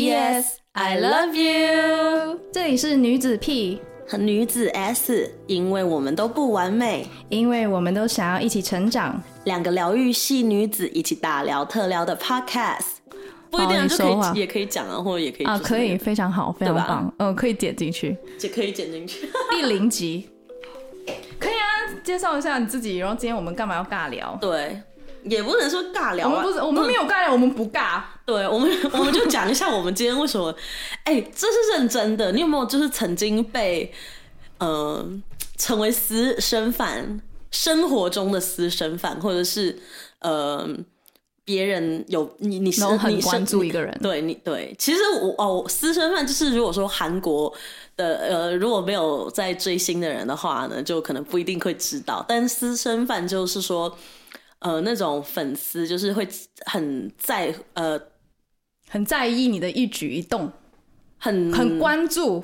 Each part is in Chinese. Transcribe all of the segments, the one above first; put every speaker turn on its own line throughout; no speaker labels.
P.S. I love you。
这里是女子 P，
和女子 S，因为我们都不完美，
因为我们都想要一起成长。
两个疗愈系女子一起大聊特聊的 Podcast，不一定啊
你
就
说
可
话
以也可以讲啊，或者也可以
啊，
就是
可以，非常好，非常
对吧
棒，嗯，可以点 进去
也可以剪进去。
第零集，可以啊，介绍一下你自己，然后今天我们干嘛要尬聊？
对，也不能说尬聊
我
啊，
们不是，我们没有尬聊，我们不尬，
对，我们我们就讲一下我们今天为什么，哎、这是认真的。你有没有就是曾经被，呃，成为私生饭，生活中的私生饭，或者是呃，别人有你你是
然后很
你是
关注一个人
对你对，其实我哦，私生饭就是如果说韩国的呃，如果没有在追星的人的话呢，就可能不一定会知道。但私生饭就是说，呃，那种粉丝就是会很在呃
很在意你的一举一动，
很
很关注，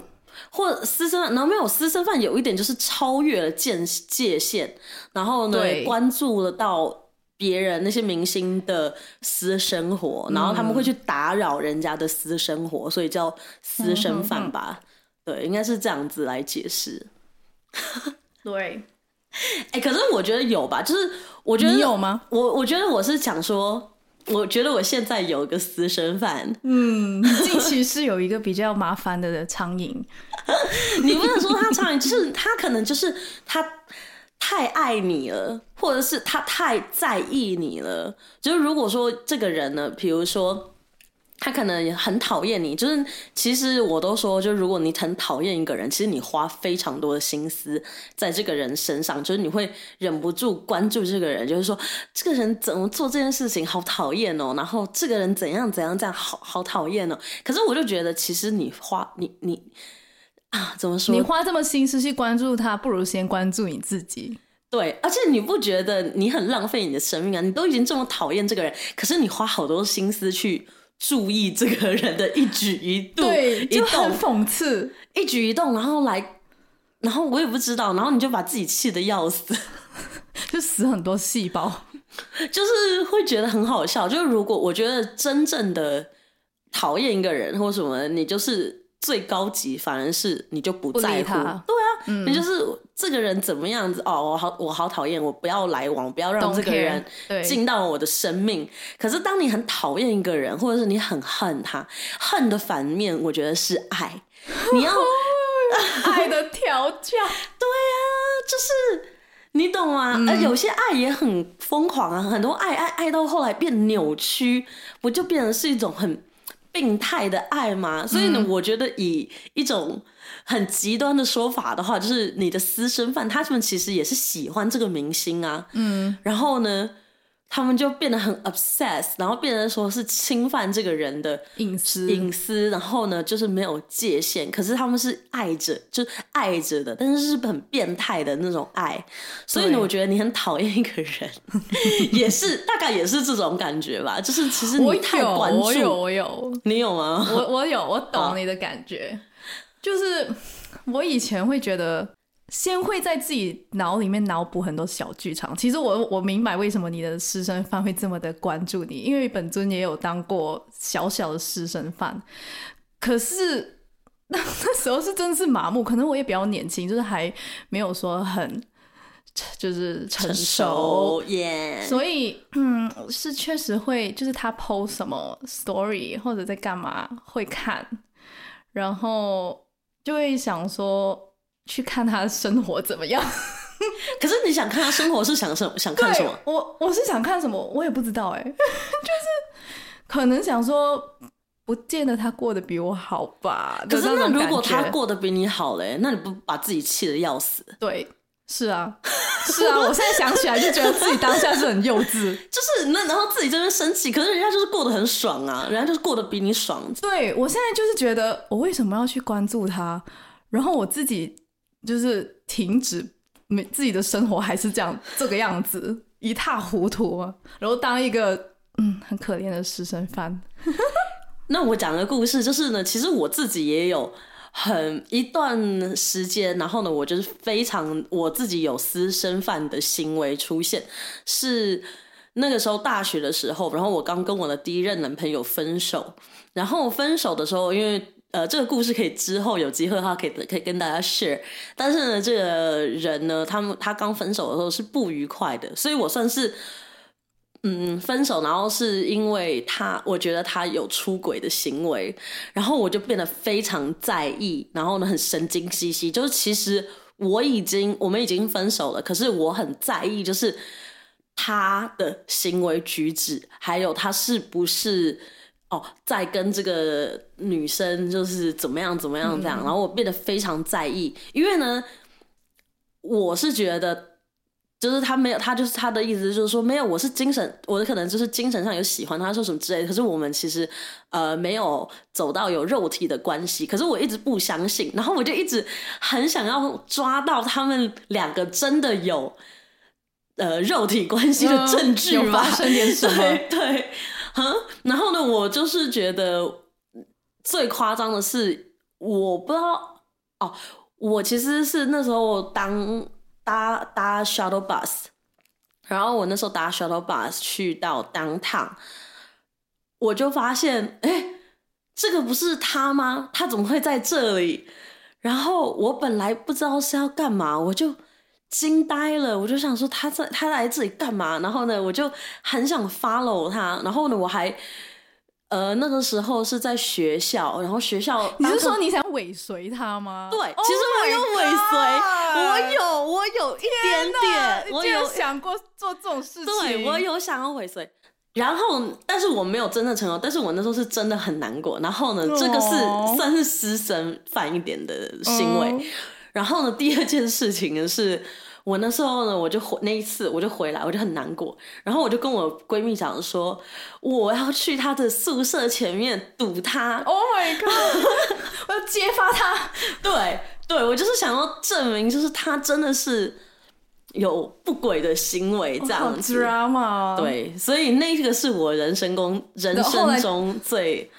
或私生，然后没有私生饭，有一点就是超越了界界限，然后呢
对
关注了到别人那些明星的私生活，
嗯
然后他们会去打扰人家的私生活，所以叫私生饭吧。
嗯
对，应该是这样子来解释。
对，
哎、可是我觉得有吧，就是我觉得
你有吗？
我我觉得我是想说，我觉得我现在有一个私生 饭，
嗯，近期是有一个比较麻烦的苍蝇，
你不能说他苍蝇，就是他可能就是他太爱你了，或者是他太在意你了。就是如果说这个人呢，比如说。他可能很讨厌你，就是其实我都说，就如果你很讨厌一个人，其实你花非常多的心思在这个人身上，就是你会忍不住关注这个人，就是说这个人怎么做这件事情好讨厌哦，然后这个人怎样怎样这样好好讨厌哦。可是我就觉得，其实你花你你啊，怎么 说？
你花这么心思去关注他，不如先关注你自己。
对，而且你不觉得你很浪费你的生命啊？你都已经这么讨厌这个人，可是你花好多心思去注意这个人的一举一动、
对，
一
就
动、
很讽刺。
一举一动，然后来，然后我也不知道，然后你就把自己气得要死，
就死很多细胞。
就是会觉得很好笑。就是如果我觉得真正的讨厌一个人或什么，你就是最高级，反而是你就不
不理
在乎，
他
对啊，
嗯
你就是这个人怎么样子哦，我好我好讨厌，我不要来往，不要让
Don't
这个
care
人
对
进到我的生命。可是当你很讨厌一个人，或者是你很恨他，恨的反面，我觉得是爱。你要
爱的调教，
就是你懂吗？呃，有些爱也很疯狂啊，很多爱爱爱到后来变扭曲，不就变成是一种很病态的爱吗？所以呢，我觉得以一种很极端的说法的话，就是你的私生饭，他们其实也是喜欢这个明星啊，嗯，然后呢，他们就变得很 obsess，然后变成说是侵犯这个人的
隐私
隐私，然后呢，就是没有界限。可是他们是爱着，就是爱着的，但是是很变态的那种爱。所以呢，
对
我觉得你很讨厌一个 人，也是大概也是这种感觉吧。就是其实
我
你太
有，
关注，
我有，我有，
你有吗？
我我有，我
好
懂你的感觉。就是我以前会觉得，先会在自己脑里面脑补很多小剧场。其实我我明白为什么你的师生饭会这么的关注你，因为本尊也有当过小小的师生饭，可是。那那时候是真是麻木，可能我也比较年轻，就是还没有说很，就是成熟，
耶
所以，嗯，是确实会，就是他 PO 什么 story 或者在干嘛会看，然后就会想说去看他的生活怎么样。
可是你想看他生活是想什么？想 看什么？
对我我是想看什么，我也不知道哎、 就是可能想说，不见得他过得比我好吧。
可
就是那种
如果
感
他
觉
过得比你好嘞，那你不把自己气得要死？
对，是啊，是啊，我现在想起来就觉得自己当下是很幼稚。
就是那然后自己这边生气，可是人家就是过得很爽啊，人家就是过得比你爽，
对我现在就是觉得，我为什么要去关注他？然后我自己就是停止，没自己的生活还是这样这个样子，一塌糊涂啊。然后当一个嗯很可怜的师生饭，
那我讲个故事，就是呢，其实我自己也有很一段时间，然后呢，我就是非常我自己有私生饭的行为出现，是那个时候大学的时候，然后我刚跟我的第一任男朋友分手，然后分手的时候，因为呃这个故事可以之后有机会的话可以可以跟大家 share，但是呢这个人呢，他们他刚分手的时候是不愉快的，所以我算是。嗯，分手，然后是因为他，我觉得他有出轨的行为，然后我就变得非常在意，然后呢，很神经兮兮。就是其实我已经，我们已经分手了，可是我很在意，就是他的行为举止，还有他是不是哦，在跟这个女生就是怎么样怎么样这样。然后我变得非常在意，因为呢，我是觉得。就是他没有，他就是他的意思，就是说没有，我是精神，我的可能就是精神上有喜欢他，说什么之类的。可是我们其实呃没有走到有肉体的关系，可是我一直不相信，然后我就一直很想要抓到他们两个真的有呃肉体关系的证据
嗯有
吧，
发生点什么
对对，嗯，然后呢，我就是觉得最夸张的是，我不知道哦，我其实是那时候当搭搭 shuttle bus，然后我那时候搭 shuttle bus 去到 downtown，我就发现，哎，这个不是他吗？他怎么会在这里？然后我本来不知道是要干嘛，我就惊呆了，我就想说他在他来这里干嘛？然后呢，我就很想 follow 他，然后呢，我还。呃，那个时候是在学校，然后学校
你是说你想尾随他吗？
对，
Oh
其实我有
my
尾随
God
我有，我有一点
天哪
点，
你
我
竟然
有，
想过做这种事情？
对我有想要尾随。然后，但是我没有真的成功，但是我那时候是真的很难过。然后呢，这个
哦
是算是失神犯一点的行为。
嗯
然后呢，第二件事情呢是，我那时候呢，我就回那一次我就回来，我就很难过。然后我就跟我闺蜜讲说，我要去她的宿舍前面堵她。
Oh my god！我要揭发他。
对对，我就是想要证明，就是他真的是有不轨的行为这样
哦
子。
啊 drama。，
对，所以那个是我人生中人
那后来
生中最。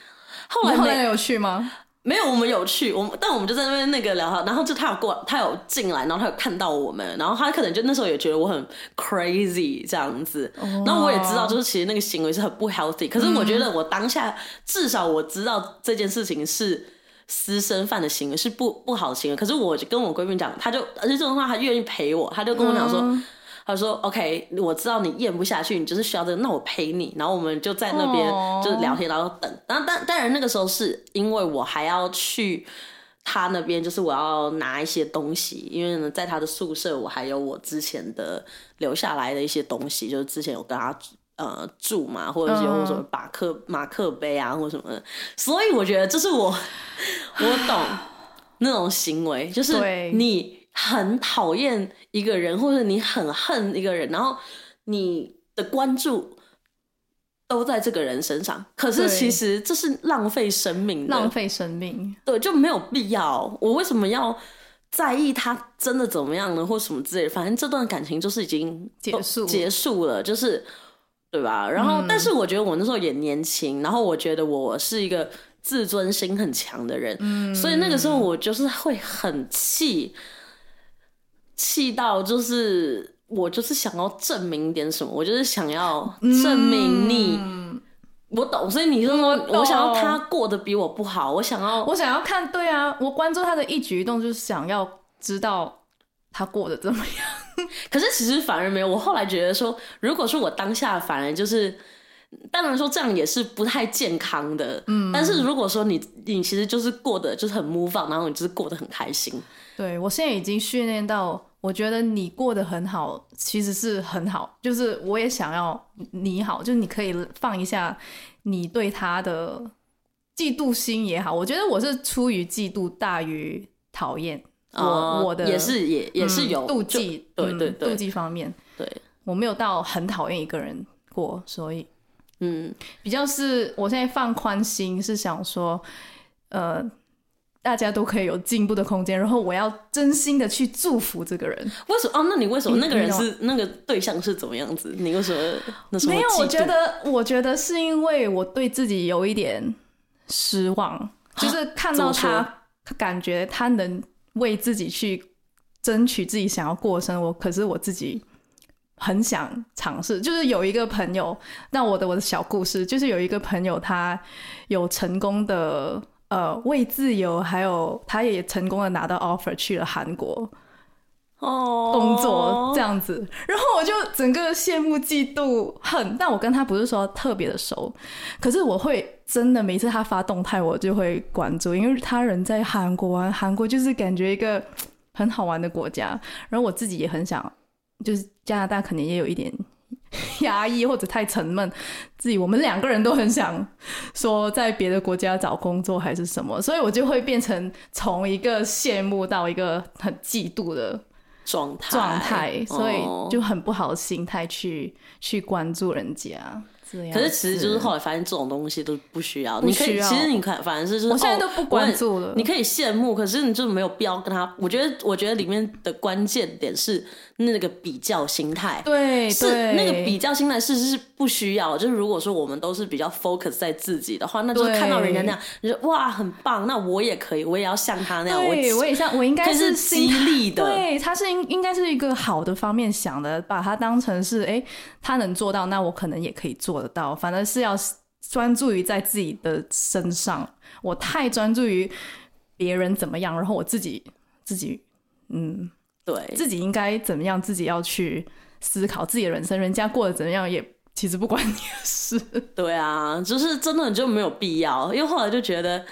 后
你
来
后
没
来有去吗？
没有，我们有去，我们但我们就在那边那个聊，然后就他有过，他有进来，然后他有看到我们，然后他可能就那时候也觉得我很 crazy 这样子，然后我也知道，就是其实那个行为是很不 healthy，可是我觉得我当下、至少我知道这件事情是私生饭的行为，是不不好的行为，可是我就跟我闺蜜讲，她就而且这种话她愿意陪我，她就跟我讲说。
嗯
她说：“OK，我知道你咽不下去，你就是需要这个，那我陪你。”然后我们就在那边
哦
就是聊天，然后等。然后当当然那个时候是因为我还要去他那边，就是我要拿一些东西，因为呢，在他的宿舍我还有我之前的留下来的一些东西，就是之前有跟他。呃，住嘛，或者是有
嗯
什么马克、马克杯啊，或什么的，所以我觉得这是我我懂那种行为，就是
对
你很讨厌一个人，或者你很恨一个人，然后你的关注都在这个人身上，可是
对
其实这是浪费生命的，
浪费生命。
对，就没有必要。我为什么要在意他真的怎么样呢，或什么之类的？反正这段感情就是已经
结
都
束嗯
结束了，就是对吧？然后，但是我觉得我那时候也年轻，然后我觉得我是一个自尊心很强的人，
嗯
所以那个时候我就是会很气，气到就是。我就是想要证明点什么，我就是想要证明你，
嗯
我懂。所以你就说，
懂
我想要他过得比我不好，我想要
我想要看，对啊，我关注他的一举一动，就是想要知道他过得怎么样。
可是其实反而没有，我后来觉得说，如果说我当下反而就是，当然说这样也是不太健康的，嗯。但是如果说你你其实就是过得就是很 move on，然后你就是过得很开心，
对我现在已经训练到，我觉得你过得很好，其实是很好，就是我也想要你好，就是你可以放一下你对他的嫉妒心也好，我觉得我是出于嫉妒大于讨厌，我、
呃
我的
也是也也是有、
嗯妒
就
忌，
对
嗯
对对
妒忌方面，
对，
我没有到很讨厌一个人过，所以
嗯，
比较是我现在放宽心，是想说，呃，大家都可以有进步的空间，然后我要真心的去祝福这个人。
为什么？哦，那你为什么
你
那个人
你懂
是那个对象是怎么样子？你为什么那时候
没有，
嫉妒
我觉得，我觉得是因为我对自己有一点失望，就是看
啊怎
到
么说
他，感觉他能为自己去争取自己想要过的生活，可是我自己很想尝试，就是有一个朋友，那我的我的小故事就是有一个朋友，他有成功的呃为自由，还有他也成功的拿到 offer 去了韩国
哦，
工作这样子，然后我就整个羡慕嫉妒恨，但我跟他不是说特别的熟，可是我会真的每次他发动态我就会关注，因为他人在韩国啊，韩国就是感觉一个很好玩的国家，然后我自己也很想就是加拿大可能也有一点压抑或者太沉闷，自己我们两个人都很想说在别的国家找工作还是什么，所以我就会变成从一个羡慕到一个很嫉妒的
状态
状态，所以
哦
就很不好的心态去去关注人家。这样
可是其实就是
子
后来发现这种东西都不需要，
不
你可以
需要
其实你看，反正是就是
我现在
哦
都不关注了
我很你可以羡慕，可是你就没有必要跟他。我觉得，我觉得里面的关键点是那个比较心态。
对
是
对
那个比较心态是是不需要，就是如果说我们都是比较 focus 在自己的话，那就是
对
看到人家那样，你就哇很棒，那我也可以，我也要像他那样，
对，我也像我应该
可以是
心
激励的，
对，他是应应该是一个好的方面想的，把它当成是诶，他能做到，那我可能也可以做得到。反正是要专注于在自己的身上，我太专注于别人怎么样，然后我自己自己嗯
对，
自己应该怎么样，自己要去思考自己的人生，人家过得怎么样也其实不关你的事。
对啊，就是真的就没有必要，因为后来就觉得，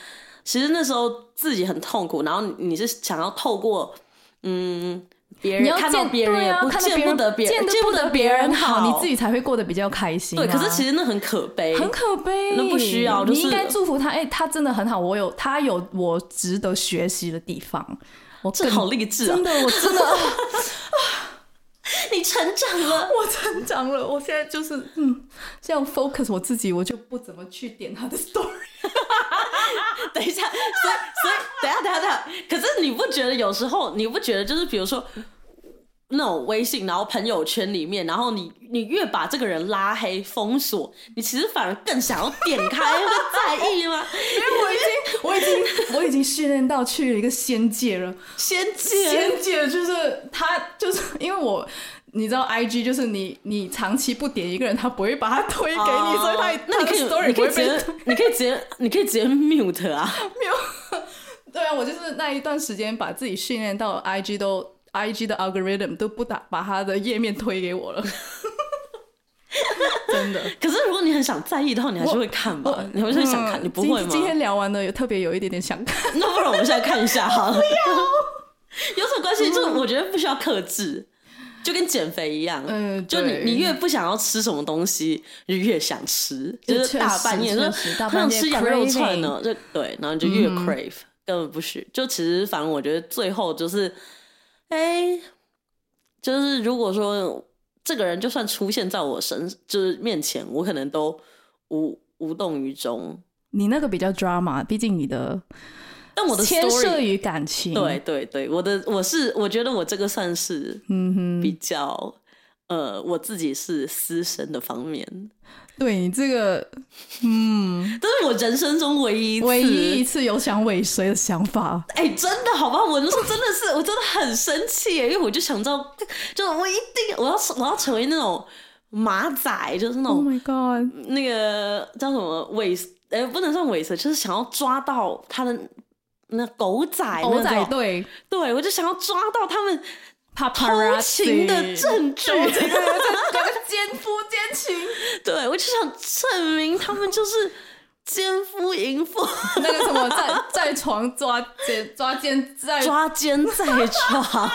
其实那时候自己很痛苦，然后你你是想要透过嗯别人
你要
看到
见
别人
对
也
啊
不
看到别
见不得别人
见
见
不
得
别
人
好，你自己才会过得比较开心、啊。
对，可是其实那很可悲，
很可悲，
那不需要就
你应
是
该祝福他。哎、他真的很好，我有他有我值得学习的地 方。我
这
更
好励志啊
真！的，我真的，
你成长了，
我成长了。我现在就是嗯，这样 focus 我自己，我就不怎么去点他的 story。
等一下，所以所以等一下等一下等一下，可是你不觉得有时候你不觉得就是比如说那种微信，然后朋友圈里面，然后你你越把这个人拉黑封锁，你其实反而更想要点开会在意 吗？
因为我已经，我已经，我已经训练到去了一个仙界了。
先见
仙界就是他，就是因为我。你知道，I G 就是你，你长期不点一个人，他不会把他推给你，所以他
哦那你可以
他的 story
你
不
可以
会
直
被
接你可以直接你可以直接 mute 啊，
没有， 对啊，我就是那一段时间把自己训练到 IG 都 IG 的 algorithm 都不打把它的页面推给我了， 真的。
可是如果你很想在意的话，你还是会看吧，哦你还是会想看，
嗯
你不会吗？
今今天聊完了，有特别有一点点想 看。
那不然我们现在看一下好了。 有什么关系？
嗯
就是我觉得不需要克制，就跟减肥一样。
嗯
就你
对
你越不想要吃什么东西，你就越想吃，就是
确
大
实
半夜
确
就
实
好
大半
想
夜
吃羊肉串呢，就对，然后你就越 crave，根本不需。就其实反正我觉得最后就是，哎，就是如果说这个人就算出现在我身，就是面前，我可能都无无动于衷。
你那个比较 drama，毕竟你的
但我的 story
牵涉于感情，
对，对对，我的我是我觉得我这个算是
嗯哼，
比较、呃，我自己是私生的方面，
对你这个
这是我人生中唯一一次
唯一一次有想尾随的想法，
哎、真的好吧，我那时候真的是我真的很生气耶，因为我就想知道，就是我一定我要我要成为那种马仔，就是那
Oh
种
my god！
那个叫什么尾，哎、不能算尾蛇，就是想要抓到他的那狗仔哎那种，
狗仔队
对我就想要抓到他们。偷情
，paparazzi
的证据，
两个奸夫奸情。
对，我就想证明他们就是奸夫淫妇，
那个什么在在床抓奸抓奸 在
抓奸在床，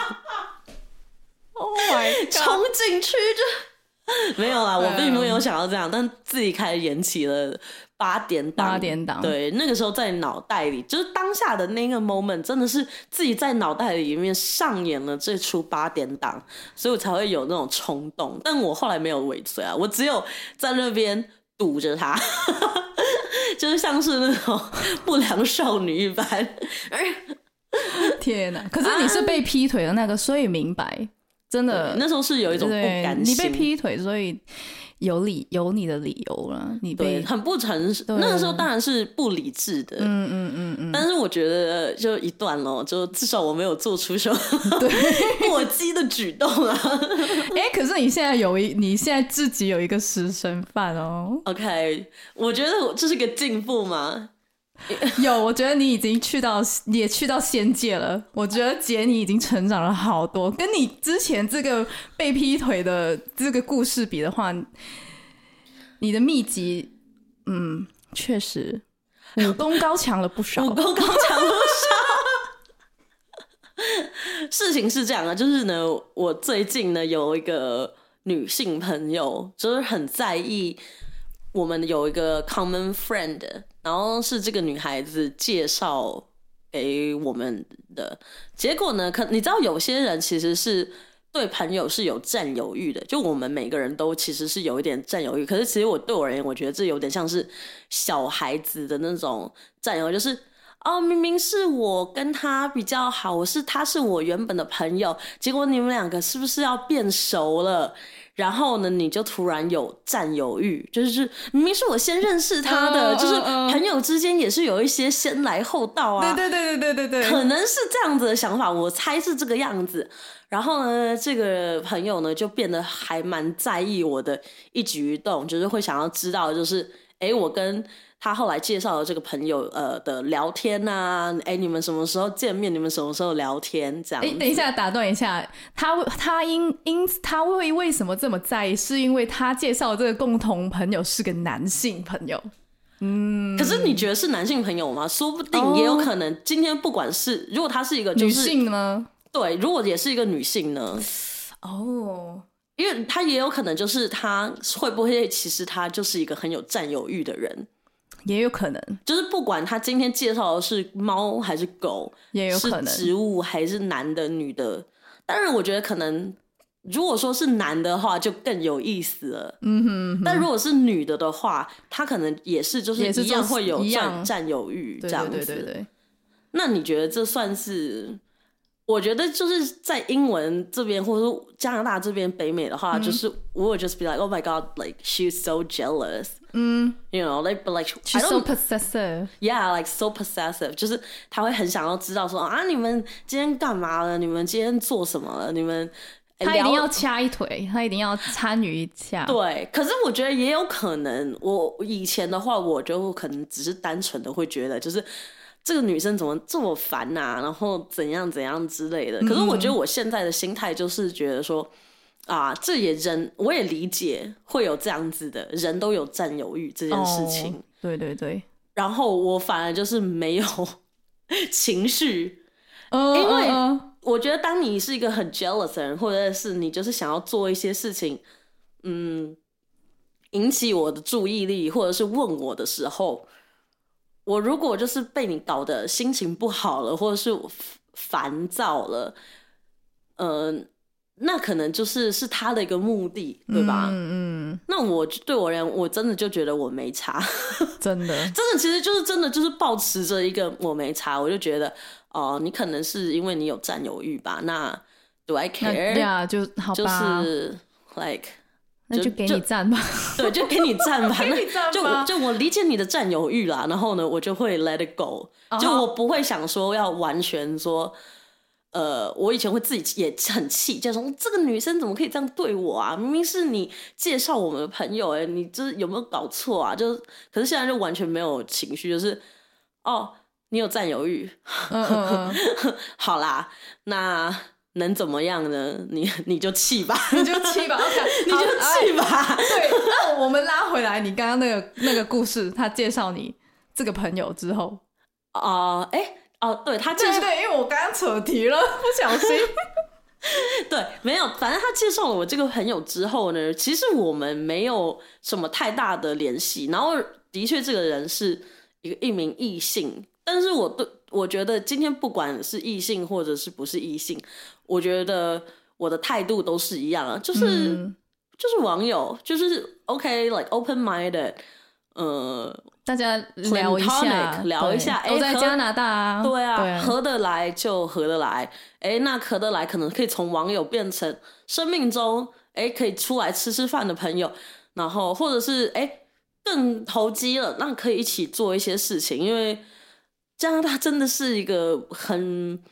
，Oh my
冲进去就 没有啦。我并
嗯
没有想要这样，但自己开始延期了八点档。
八点档
对，那个时候在脑袋里，就是当下的那个 moment，真的是自己在脑袋里面上演了这出八点档，所以我才会有那种冲动。但我后来没有尾随啊，我只有在那边堵着他。 就是像是那种不良少女一般，
天啊哪！可是你是被劈腿的那个，所以明白，真的
那时候是有一种不
对
甘
你
心。
被劈腿，所以有理有你的理由了，你
对，
被
很不诚实。
对
那个时候当然是不理智的，
嗯嗯嗯嗯，
但是我觉得就一段咯，就至少我没有做出什么 过激的举动啊。。
哎、可是你现在有一，你现在自己有一个私生饭哦
OK，我觉得我这是个进步嘛。
有，我觉得你已经去到，你也去到仙界了。我觉得姐你已经成长了好多，跟你之前这个被劈腿的这个故事比的话，你的秘籍，嗯，确实武功高强了不少
武。嗯功高强不少。 事情是这样的，啊就是呢，我最近呢有一个女性朋友，就是很在意我们有一个 common friend，然后是这个女孩子介绍给我们的。结果呢，可你知道有些人其实是。对朋友是有占有欲的，就我们每个人都其实是有一点占有欲。可是其实我对我而言，我觉得这有点像是小孩子的那种占有，就是哦，明明是我跟他比较好，我是他是我原本的朋友，结果你们两个是不是要变熟了？然后呢，你就突然有占有欲，就是明明是我先认识他的，
嗯嗯
就是
嗯
朋友之间也是有一些先来后到啊，
对对对对对对对，
可能是这样子的想法，我猜是这个样子。然后呢，这个朋友呢就变得还蛮在意我的一举一动，就是会想要知道，就是诶，我跟他后来介绍的这个朋友呃的聊天呐、啊，诶，你们什么时候见面？你们什么时候聊天？这样
哎、
子。
等一下，打断一下，他他因因他会为什么这么在意？是因为他介绍的这个共同朋友是个男性朋友，
可是你觉得是男性朋友吗？说不定
哦
也有可能，今天不管是如果他是一个就
女
是
性呢？
对，如果也是一个女性呢？
哦，
因为他也有可能就是他会不会其实他就是一个很有占有欲的人。
也有可能，
就是不管他今天介绍的是猫还是狗，
也有
是
可能。
植物还是男的女的，当然我觉得可能如果说是男的话就更有意思了，
嗯哼嗯哼，
但如果是女的的话，她可能也是就是
也是
一样
做
会有
一
占
样
占有欲这
对
样子。
对对对对，
那你觉得这算是？我觉得就是在英文这边，或者说加拿大这边、北美的
嗯
话，就是 we will just be like, oh my god, like she's so jealous,
嗯
you know, like but like I
，she's
don't
so possessive。
Yeah, like so possessive，就是他会很想要知道说啊，你们今天干嘛了？你们今天做什么了？你们哎
他一定
聊
要掐一腿，他一定要参与一下。
对。可是我觉得也有可能，我以前的话，我就可能只是单纯的会觉得，就是这个女生怎么这么烦呐、然后怎样怎样之类
嗯
的。可是我觉得我现在的心态就是觉得说。啊，这也人我也理解会有这样子的人都有占有欲这件事情，
哦，对对对，
然后我反而就是没有 情绪，
呃，
因为
呃呃
我觉得当你是一个很 jealous 的人，或者是你就是想要做一些事情，嗯，引起我的注意力，或者是问我的时候，我如果就是被你搞得心情不好了，或者是我烦烦躁了，嗯、那可能就是是他的一个目的，对吧？
嗯
那我对我而言，我真的就觉得我没差。
嗯，真的，
真的，其实就是真的，就是保持着一个我没差，我就觉得哦、你可能是因为你有占有欲吧？那 Do I
那
care？
对啊，就好
就
吧，
是 like
那
就
就给
就
你赞 吧。
对，就给你占吧。那
你 占
就
吧
我就我理解你的占有欲啦，然后呢，我就会 let it go，、就
嗯
我不会想说要完全说。呃，我以前会自己也很气，就说这个女生怎么可以这样对我啊？明明是你介绍我们的朋友、欸，哎，你这有没有搞错啊？就是，可是现在就完全没有情绪，就是哦，你有占有欲，
嗯嗯嗯，
好啦，那能怎么样呢？你你就气吧，
你就气 吧，OK，
你
好
就
哎
气吧。
对，那我们拉回来，你刚刚那个那个故事，他介绍你这个朋友之后，
哦，哎、哦，对他介
对
绍
对对，因为我刚刚扯题了，不小心。
对，没有，反正他介绍了我这个朋友之后呢，其实我们没有什么太大的联系。然后的确，这个人是一个一名异性，但是我对我觉得今天不管是异性或者是不是异性，我觉得我的态度都是一样啊，就是、
嗯，
就是网友，就是 OK，like、open minded，呃，
大家聊一
Platonic，
下，
聊一下
对
哎
都在
和
加拿大啊，
对啊，
对啊，
合得来就合得来。哎，那合得来可能可以从网友变成生命中哎可以出来吃吃饭的朋友。然后或者是哎、更投机了，那可以一起做一些事情，因为加拿大真的是一个很。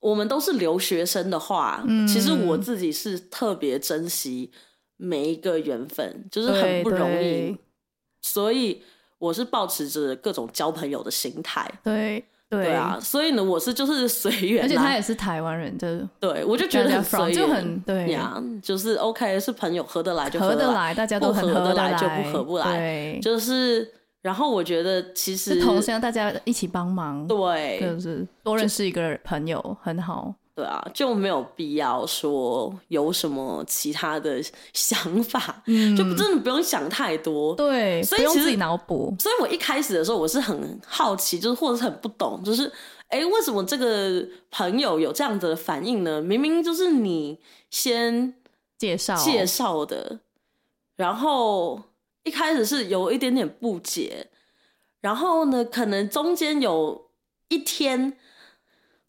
我们都是留学生的话，
嗯
其实我自己是特别珍惜每一个缘分，就是很不容易
对，
所以我是保持着各种交朋友的心态。
对对
对啊，，所以呢，我是就是随缘
而且他
啦。
也是台湾人，就是
对，我就觉得很
from
随缘，
就很对
呀，就是 OK，是朋友合得来就
合
得
得来，大家都很
不合得
来
来就不合不来
对，
就是然后我觉得其实
是同时让大家一起帮忙，
对
就是多认识一个朋友很好。
对啊，就没有必要说有什么其他的想法，就真的不用想太多。
嗯对，
所以
不用
其实
自己脑补。
所以我一开始的时候，我是很好奇，就是或者是很不懂，就是哎、诶为什么这个朋友有这样子的反应呢？明明就是你先
介绍
介绍的，然后一开始是有一点点不解，然后呢，可能中间有一天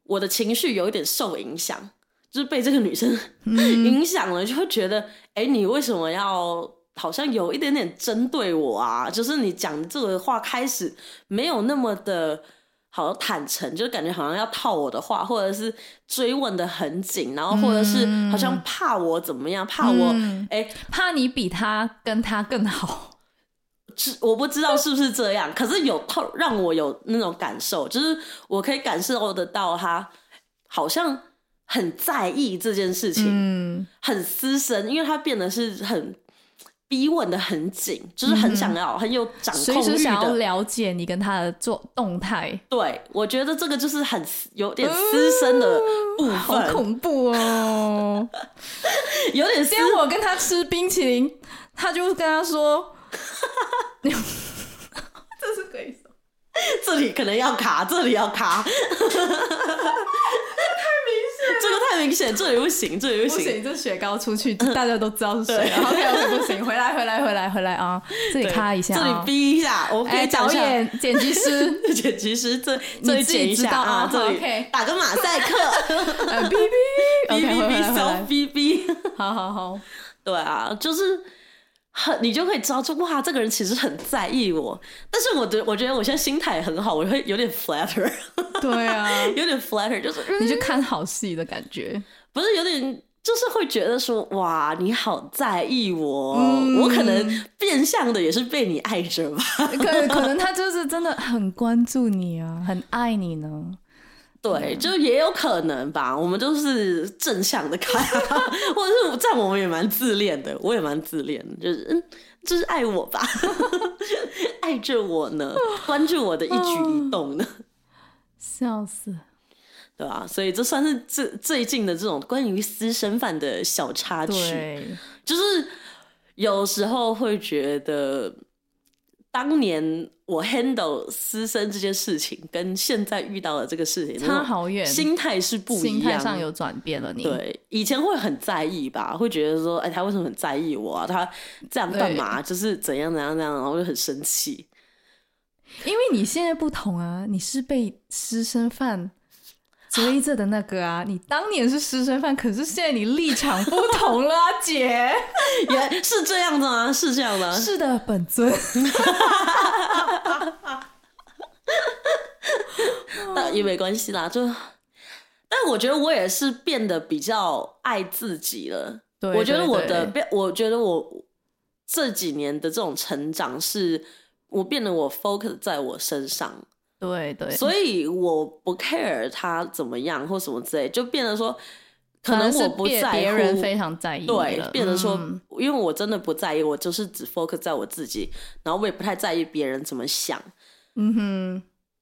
我的情绪有一点受影响，就是被这个女生影响了，就会觉得，哎、你为什么要？好像有一点点针对我啊，就是你讲这个话开始没有那么的好像坦诚，就感觉好像要套我的话，或者是追问的很紧，然后或者是好像怕我怎么样，怕我
嗯
哎、
怕你比他跟他更好，
是我不知道是不是这样，可是有透让我有那种感受，就是我可以感受得到他好像很在意这件事情，
嗯，
很私生，因为他变得是很逼问的很紧，就是很想要、很有掌控
嗯随
欲
时想要
的。
了解你跟他的做动态，
对，我觉得这个就是很私有点私生的部
嗯好
分，
恐怖哦！
有点私
今天我跟他吃冰淇淋，他就跟他 说， 这是鬼手，
这里可能要卡，这里要卡，太明显，这个太明显，这里不行，这里不
不
行。
行，这雪糕 出去大家都知道是谁啊，OK OK，不行，回来回来回来回来啊，这里
对
咔一下
这里
啊，
逼一下，我们可
哎，
以讲
导
一下。
演、剪辑师，
剪辑师这这里
自己
剪一下
知道
啊
啊，
这
好
里
，OK
打个马赛克，
呃 哔哔
哔
，OK，
哔哔，
回来回
小
来，
哔哔，
好好好，
对啊，就是很你就可以知道，就哇，这个人其实很在意我。但是我的我觉得我现在心态很好，我会有点 flatter，
对啊，
有点 flatter，就是
你就看好戏的感 觉。
不是有点，就是会觉得说，哇，你好在意我哦，我可能变相的也是被你爱着吧。
可可能他就是真的很关注你啊，很爱你呢。
对，就也有可能吧。我们都是正向的看，或者是这样，我们也蛮自恋的，我也蛮自恋的，就是嗯，就是爱我吧， 爱着我呢，关注我的一举一动呢，
笑死！
对吧、所以这算是最最近的这种关于私生饭的小插曲。
对，
就是有时候会觉得，当年我 handle 私生这件事情，跟现在遇到的这个事情
差好远
心态是不一
心
样。
态上有转变了你。，
对，以前会很在意吧，会觉得说，哎、他为什么很在意我啊？他这样干嘛？就是怎样怎样怎样，然后就很生气。
因为你现在不同啊，你是被私生饭追着的那个啊。 你当年是私生饭，可是现在你立场不同了、啊， 姐。
也是这样的吗？是这样的吗。
是的，本尊。
那也没关系啦，就。但我觉得我也是变得比较爱自己了。
对
我觉得我的
对对
变，我觉得我这几年的这种成长是，我变得我 focus 在我身上，
对对，
所以我不 care 他怎么样或什么之类，就变得说，可
反而
能
是
我不
别
在乎
别人非常在意你
对
了，
变得说，
嗯
因为我真的不在意，我就是只 focus 在我自己，然后我也不太在意别人怎么想，
嗯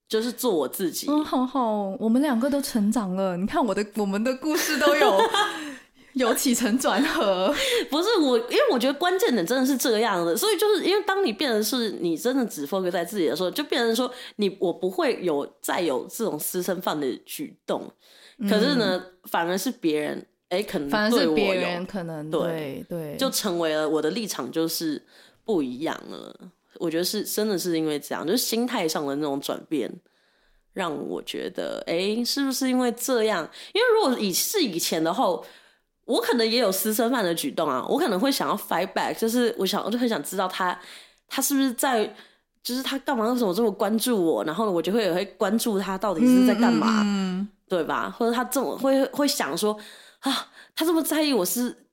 就是做我自己。
哼，嗯，好好，我们两个都成长了。你看我的， 我们的故事都有 有起承转合。
不是我，因为我觉得关键点真的是这样的，所以就是因为当你变成是你真的只 focus 在自己的时候，就变成说你我不会有再有这种私生饭的举动，可是呢，反而是别人哎，可能
反而
对
是
我
别
有
人可能
对
对对，
就成为了我的立场就是不一样了。我觉得是真的是因为这样，就是心态上的那种转变，让我觉得哎，诶是不是因为这样？因为如果以是以前的话，我可能也有私生饭的举动啊，我可能会想要 fight back，就是我想我就很想知道他他是不是在，就是他干嘛为什么这么关注我，然后呢，我就会也会关注他到底是在干嘛，
嗯
对吧？或者他这么会会想说啊，他这么在意我是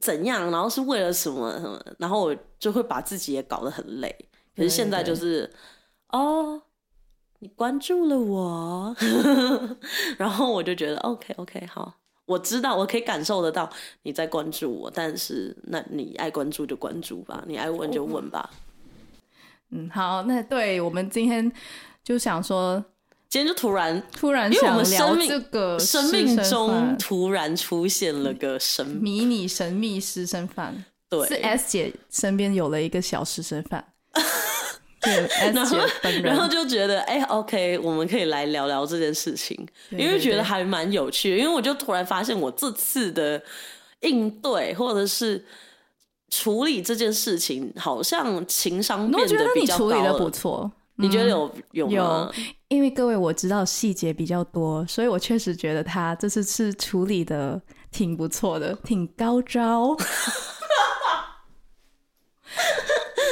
怎样，然后是为了什么什么，然后我就会把自己也搞得很累。可是现在就是哦，你关注了我， 然后我就觉得 OK OK 好，我知道我可以感受得到你在关注我，但是那你爱关注就关注吧，你爱问就问吧。
嗯，好，那对我们今天就想说，
今天就突然
突然
因为我
想
们
聊
生命
这个
生
私
命
生
中
饭
突然出现了个神 秘，
迷你神秘私生饭，是
对，
S 姐身边有了一个小私生 饭，对 S 姐本人
然，后就觉得，哎、o k 我们可以来聊聊这件事情，
对
因为
对
觉得
对
还蛮有趣的。因为我就突然发现，我这次的应对或者是处理这件事情，好像情商
我
变
觉得
得比
你
较
处
高
理的
了
不嗯错。
你觉得有有吗？
因为各位我知道细节比较多，所以我确实觉得她这次是处理的挺不错的，挺高招。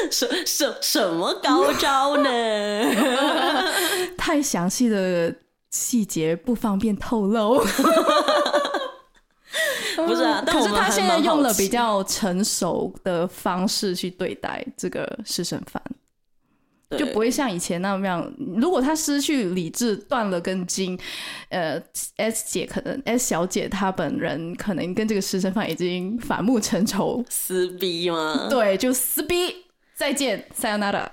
什什什么高招 呢？
太详细的细节不方便透露。
不是啊但
嗯可
我
是
们
他
还
现在
蛮好
用了
奇
比较成熟的方式去对待这个私生饭，
对
就不会像以前那样。如果他失去理智，断了根筋，呃，S 姐可能 S 小姐她本人可能跟这个私生饭已经反目成仇，
撕逼吗？
对，就撕逼，再见，sayonara。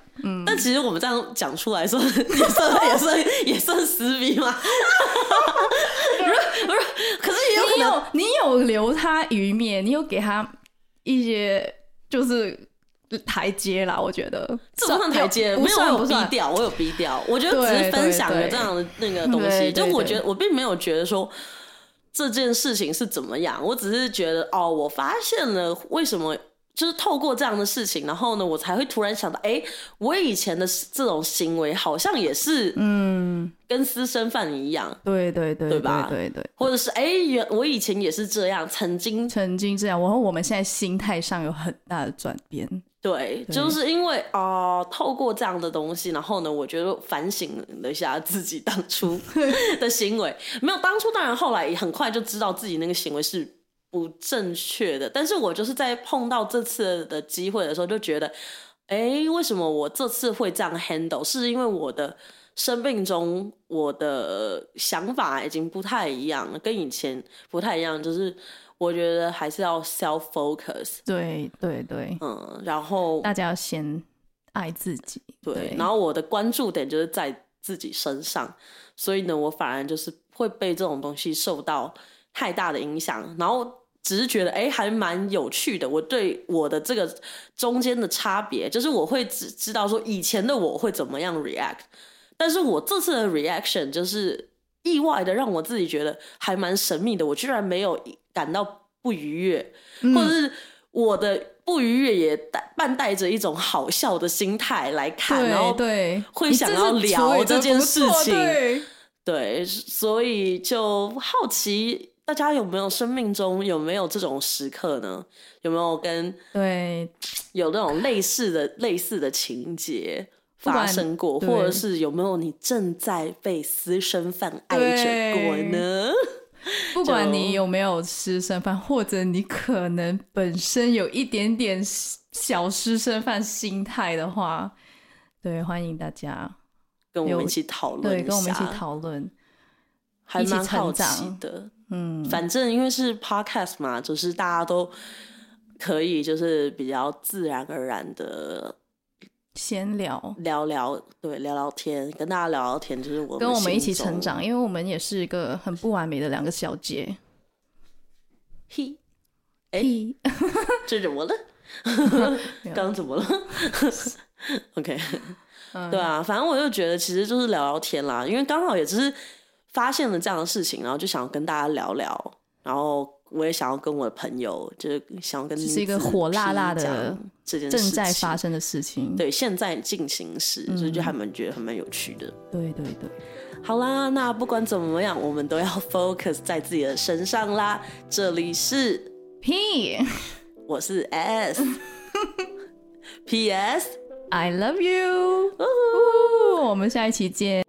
但其实我们这样讲出来说，也算 也算也算撕逼吗？
啊
不是不是，可是也有可
你
能
有你有留他余面，你有给他一些就是台阶啦，我觉得
这不算台阶，
不
没有我
算不
有低
算，
调，我有低调。我觉得
对
只是分享了
对对
这样的那个东西，
对对
就我觉得
对
我并没有觉得说这件事情是怎么样，我只是觉得哦，我发现了为什么。就是透过这样的事情，然后呢，我才会突然想到，哎、我以前的这种行为好像也是
嗯，
跟私生饭一样，
对对对
对吧
对对，
或者是哎，诶原、我以前也是这样，曾经
曾经这样，然后我们现在心态上有很大的转变，
对，
对
就是因为哦、呃透过这样的东西，然后呢，我觉得反省了一下自己当初的行为，没有当初，当然后来也很快就知道自己那个行为是不正确的，但是我就是在碰到这次的机会的时候，就觉得，哎，为什么我这次会这样 handle？是因为我的生命中我的想法已经不太一样了，跟以前不太一样，就是我觉得还是要 self focus。
对对对，
嗯，然后
大家要先爱自己，
对，然后我的关注点就是在自己身上，所以呢，我反而就是会被这种东西受到太大的影响，然后只是觉得哎、诶还蛮有趣的。我对我的这个中间的差别，就是我会只知道说以前的我会怎么样 react，但是我这次的 reaction 就是意外的让我自己觉得还蛮神秘的，我居然没有感到不愉悦，
嗯
或者是我的不愉悦也带伴带着一种好笑的心态来看，然后
对对，
哦会
你
想
这
要
次处
聊
理
这
得
件
不
事
错
情
对
对，所以就好奇大家有没有生命中有没有这种时刻呢？有没有跟
对
有那种类似的类似的情节发
管
生过，
对
或者是有没有你正在被私生饭爱着过呢？
不管你
就
有没有私生饭，或者你可能本身有一点点小私生饭心态的话，对，欢迎大家
跟我们
有
一起讨论一
对
下，
跟我们一起讨论。
还
一起
蛮好
成
奇
长
的。
嗯，
反正因为是 podcast 嘛，就是大家都可以就是比较自然而然的
闲聊，
聊聊，对，聊聊天，跟大家聊聊天，就是我
跟我们一起
心中
成。长，因为我们也是一个很不完美的两个小姐。
嘿，哎
嘿，
这怎么了？刚刚怎么了 ？OK，
嗯
对啊，反正我就觉得其实就是聊聊天啦，因为刚好也只是发现了这样的事情，然后就想跟大家聊聊，然后我也想要跟我的朋友，就是想要跟
这是一个
子
火辣
皮
辣的
讲这件事
正在
情
发生的事情，
对，现在进行时，所以就还蛮觉得还蛮有趣的。
对对对，
好啦，那不管怎么样，我们都要 focus 在自己的身上啦。这里是，
屁
我是 S。P.S.
，I love you，
呜呼
呜呼我们下一期见。